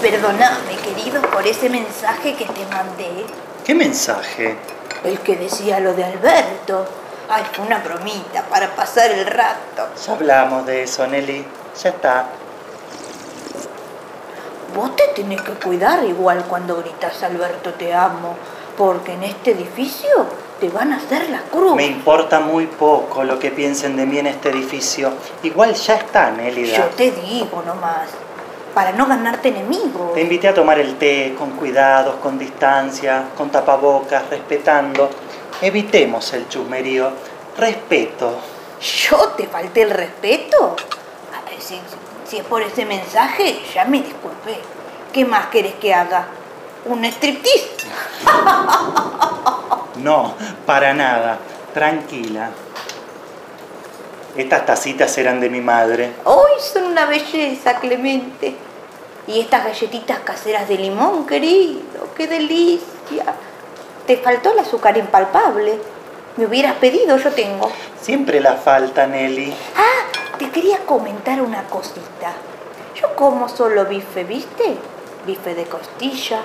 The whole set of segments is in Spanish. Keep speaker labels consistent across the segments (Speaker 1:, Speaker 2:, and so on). Speaker 1: Perdonadme, queridos, por ese mensaje que te mandé.
Speaker 2: ¿Qué mensaje?
Speaker 1: El que decía lo de Alberto. Ay, fue una bromita para pasar el rato.
Speaker 2: Ya hablamos de eso, Nelly. Ya está.
Speaker 1: Vos te tenés que cuidar igual cuando gritas Alberto te amo, porque en este edificio te van a hacer la cruz.
Speaker 2: Me importa muy poco lo que piensen de mí en este edificio. Igual ya está, Nelly.
Speaker 1: Yo te digo nomás, para no ganarte enemigos.
Speaker 2: Te invité a tomar el té con cuidados, con distancia, con tapabocas, respetando. Evitemos el chusmerío. Respeto.
Speaker 1: ¿Yo te falté el respeto? A ver, Si, si es por ese mensaje, ya me disculpé. ¿Qué más querés que haga? ¿Un striptease?
Speaker 2: No, para nada. Tranquila. Estas tacitas eran de mi madre.
Speaker 1: ¡Ay, son una belleza, Clemente! Y estas galletitas caseras de limón, querido, qué delicia. Te faltó el azúcar impalpable. Me hubieras pedido, yo tengo.
Speaker 2: Siempre la falta, Nelly.
Speaker 1: Ah, te quería comentar una cosita. Yo como solo bife, ¿viste? Bife de costilla,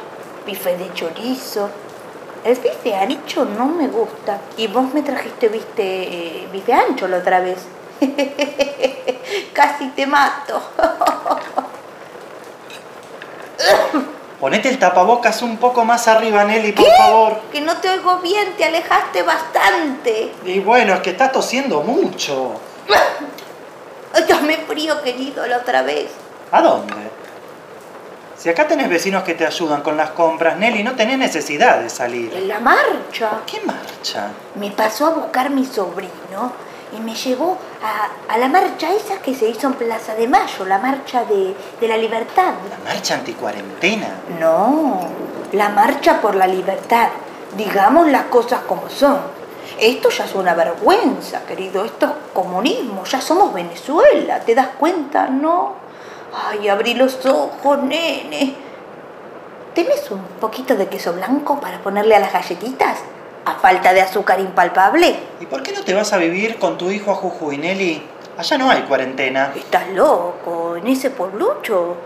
Speaker 1: bife de chorizo. El bife ancho no me gusta. Y vos me trajiste, viste, eh, bife ancho la otra vez. Casi te mato.
Speaker 2: Ponete el tapabocas un poco más arriba, Nelly, por favor.
Speaker 1: Que no te oigo bien, te alejaste bastante.
Speaker 2: Y bueno, es que estás tosiendo mucho.
Speaker 1: Ay, Tomé frío, querido, la otra vez.
Speaker 2: ¿A dónde? Si acá tenés vecinos que te ayudan con las compras, Nelly, no tenés necesidad de salir.
Speaker 1: En la marcha.
Speaker 2: ¿Qué marcha?
Speaker 1: Me pasó a buscar mi sobrino y me llevó a, a la marcha esa que se hizo en Plaza de Mayo, la marcha de, de la libertad.
Speaker 2: ¿La marcha anticuarentena?
Speaker 1: No, la marcha por la libertad. Digamos las cosas como son. Esto ya es una vergüenza, querido. Esto es comunismo. Ya somos Venezuela. ¿Te das cuenta? No. Ay, abrí los ojos, nene. ¿Temes un poquito de queso blanco para ponerle a las galletitas? A falta de azúcar impalpable.
Speaker 2: ¿Y por qué no te vas a vivir con tu hijo a Jujuy, Nelly? Allá no hay cuarentena.
Speaker 1: Estás loco, en ese pueblucho,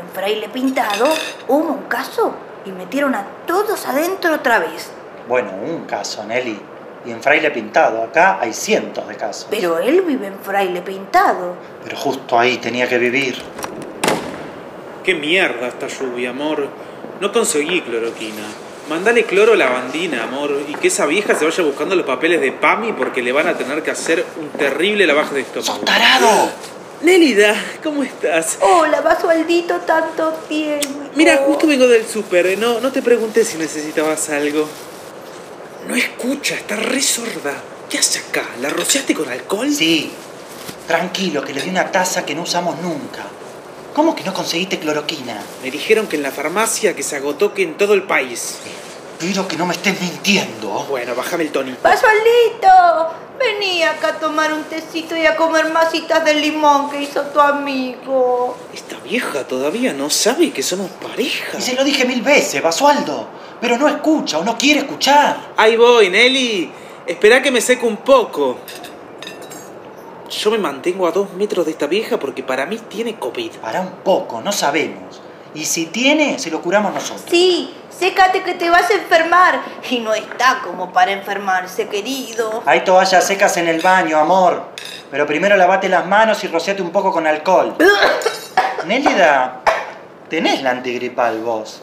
Speaker 1: en Fraile Pintado, hubo un caso y metieron a todos adentro otra vez.
Speaker 2: Bueno, un caso, Nelly. Y en Fraile Pintado, acá hay cientos de casos.
Speaker 1: Pero él vive en Fraile Pintado.
Speaker 2: Pero justo ahí tenía que vivir.
Speaker 3: Qué mierda esta lluvia, amor. No conseguí cloroquina. Mandale cloro a la bandina, amor, y que esa vieja se vaya buscando los papeles de PAMI porque le van a tener que hacer un terrible lavaje de estómago.
Speaker 2: ¡Sos tarado!
Speaker 3: Nélida, ¿cómo estás?
Speaker 1: Hola, Basualdito, tanto tiempo.
Speaker 3: Mira, justo vengo del súper. ¿eh? No, no te pregunté si necesitabas algo. No escucha, está re sorda. ¿Qué haces acá? ¿La rociaste con alcohol?
Speaker 2: Sí. Tranquilo, que le di una taza que no usamos nunca. ¿Cómo que no conseguiste cloroquina?
Speaker 3: Me dijeron que en la farmacia que se agotó que en todo el país.
Speaker 2: Pero que no me estés mintiendo.
Speaker 3: Bueno, bájame el tónico.
Speaker 1: Basualdito, vení acá a tomar un tecito y a comer masitas de limón que hizo tu amigo.
Speaker 3: Esta vieja todavía no sabe que somos pareja.
Speaker 2: Y se lo dije mil veces, Basualdo. Pero no escucha o no quiere escuchar.
Speaker 3: Ahí voy, Nelly. Esperá que me seque un poco. Yo me mantengo a dos metros de esta vieja porque para mí tiene COVID.
Speaker 2: Para un poco, no sabemos. Y si tiene, se lo curamos nosotros.
Speaker 1: Sí, sécate que te vas a enfermar. Y no está como para enfermarse, querido.
Speaker 2: Hay toallas secas en el baño, amor. Pero primero lavate las manos y rociate un poco con alcohol. Nélida, tenés la antigripal vos.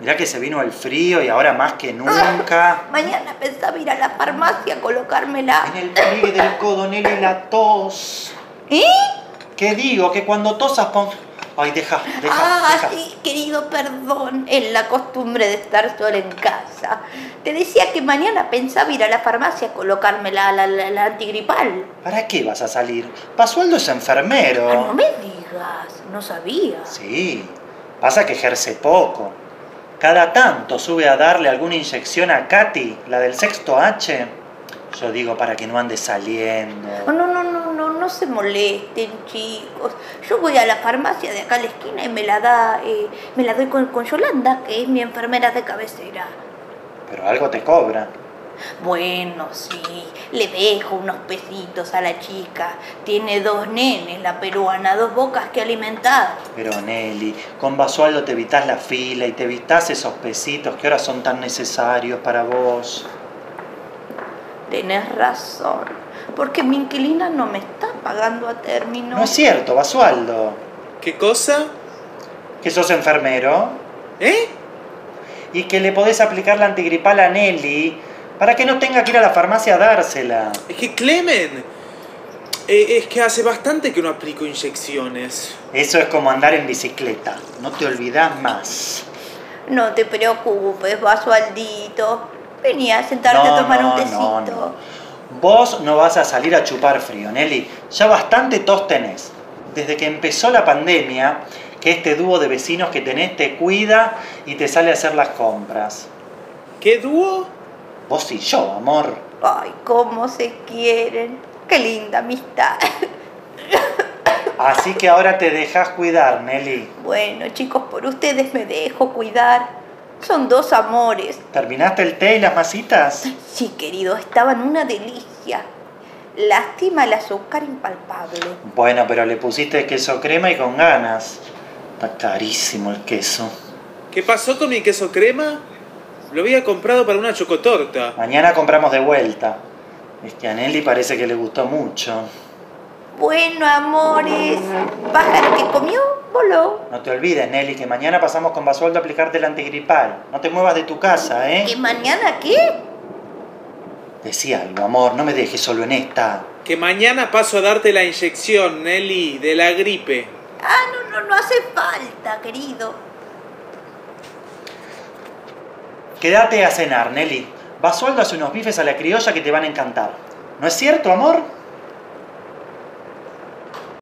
Speaker 2: Mirá que se vino el frío y ahora más que nunca.
Speaker 1: Mañana pensaba ir a la farmacia a colocármela.
Speaker 2: En el pliegue del codo, Nelly, la tos.
Speaker 1: ¿Eh?
Speaker 2: ¿Qué digo? Que cuando tosas pon... Ay, deja, deja,
Speaker 1: Ah,
Speaker 2: deja.
Speaker 1: sí, querido, perdón. Es la costumbre de estar sola en casa. Te decía que mañana pensaba ir a la farmacia a colocarme la, la, la- la antigripal.
Speaker 2: ¿Para qué vas a salir? Pasualdo es enfermero.
Speaker 1: Ah, no me digas, no sabía.
Speaker 2: Sí, pasa que ejerce poco. Cada tanto sube a darle alguna inyección a Katy, la del sexto H. Yo digo para que no ande
Speaker 1: Oh,
Speaker 2: saliendo.
Speaker 1: No, no, no, no, no se molesten, chicos. Yo voy a la farmacia de acá a la esquina y me la da, eh, me la doy con, con Yolanda, que es mi enfermera de cabecera.
Speaker 2: Pero algo te cobra.
Speaker 1: Bueno, sí, le dejo unos pesitos a la chica. Tiene dos nenes, la peruana, dos bocas que alimentar.
Speaker 2: Pero Nelly, con Basualdo te evitás la fila y te evitás esos pesitos que ahora son tan necesarios para vos.
Speaker 1: Tenés razón, porque mi inquilina no me está pagando a término.
Speaker 2: No es cierto, Basualdo.
Speaker 3: ¿Qué cosa?
Speaker 2: Que sos enfermero
Speaker 3: ¿Eh?
Speaker 2: y que le podés aplicar la antigripal a Nelly para que no tenga que ir a la farmacia a dársela.
Speaker 3: Es que Clemen. eh, es que hace bastante que no aplico inyecciones.
Speaker 2: Eso es como andar en bicicleta. No te olvidás más.
Speaker 1: No te preocupes, Basualdito. Vení a sentarte
Speaker 2: No,
Speaker 1: a tomar un
Speaker 2: no,
Speaker 1: tecito.
Speaker 2: no, no. Vos no vas a salir a chupar frío, Nelly. Ya bastante tos tenés. Desde que empezó la pandemia, que este dúo de vecinos que tenés te cuida y te sale a hacer las compras.
Speaker 3: ¿Qué dúo?
Speaker 2: Vos y yo, amor.
Speaker 1: Ay, cómo se quieren. Qué linda amistad.
Speaker 2: Así que ahora te dejas cuidar, Nelly.
Speaker 1: Bueno, chicos, por ustedes me dejo cuidar. Son dos amores.
Speaker 2: ¿Terminaste el té y las masitas?
Speaker 1: Sí, querido, estaban una delicia. Lástima el azúcar impalpable.
Speaker 2: Bueno, pero le pusiste queso crema y con ganas. Está carísimo el queso.
Speaker 3: ¿Qué pasó con mi queso crema? Lo había comprado para una chocotorta.
Speaker 2: Mañana compramos de vuelta. Es que a Nelly parece que le gustó mucho.
Speaker 1: Bueno, amores, pájaro que comió, voló.
Speaker 2: No te olvides, Nelly, que mañana pasamos con Basualdo a aplicarte el antigripal. No te muevas de tu casa,
Speaker 1: ¿Que
Speaker 2: ¿eh?
Speaker 1: mañana qué?
Speaker 2: Decí algo, amor, no me dejes solo en esta.
Speaker 3: Que mañana paso a darte la inyección, Nelly, de la gripe.
Speaker 1: Ah, no, no, no hace falta, querido.
Speaker 2: Quédate a cenar, Nelly. Basualdo hace unos bifes a la criolla que te van a encantar. ¿No es cierto, amor?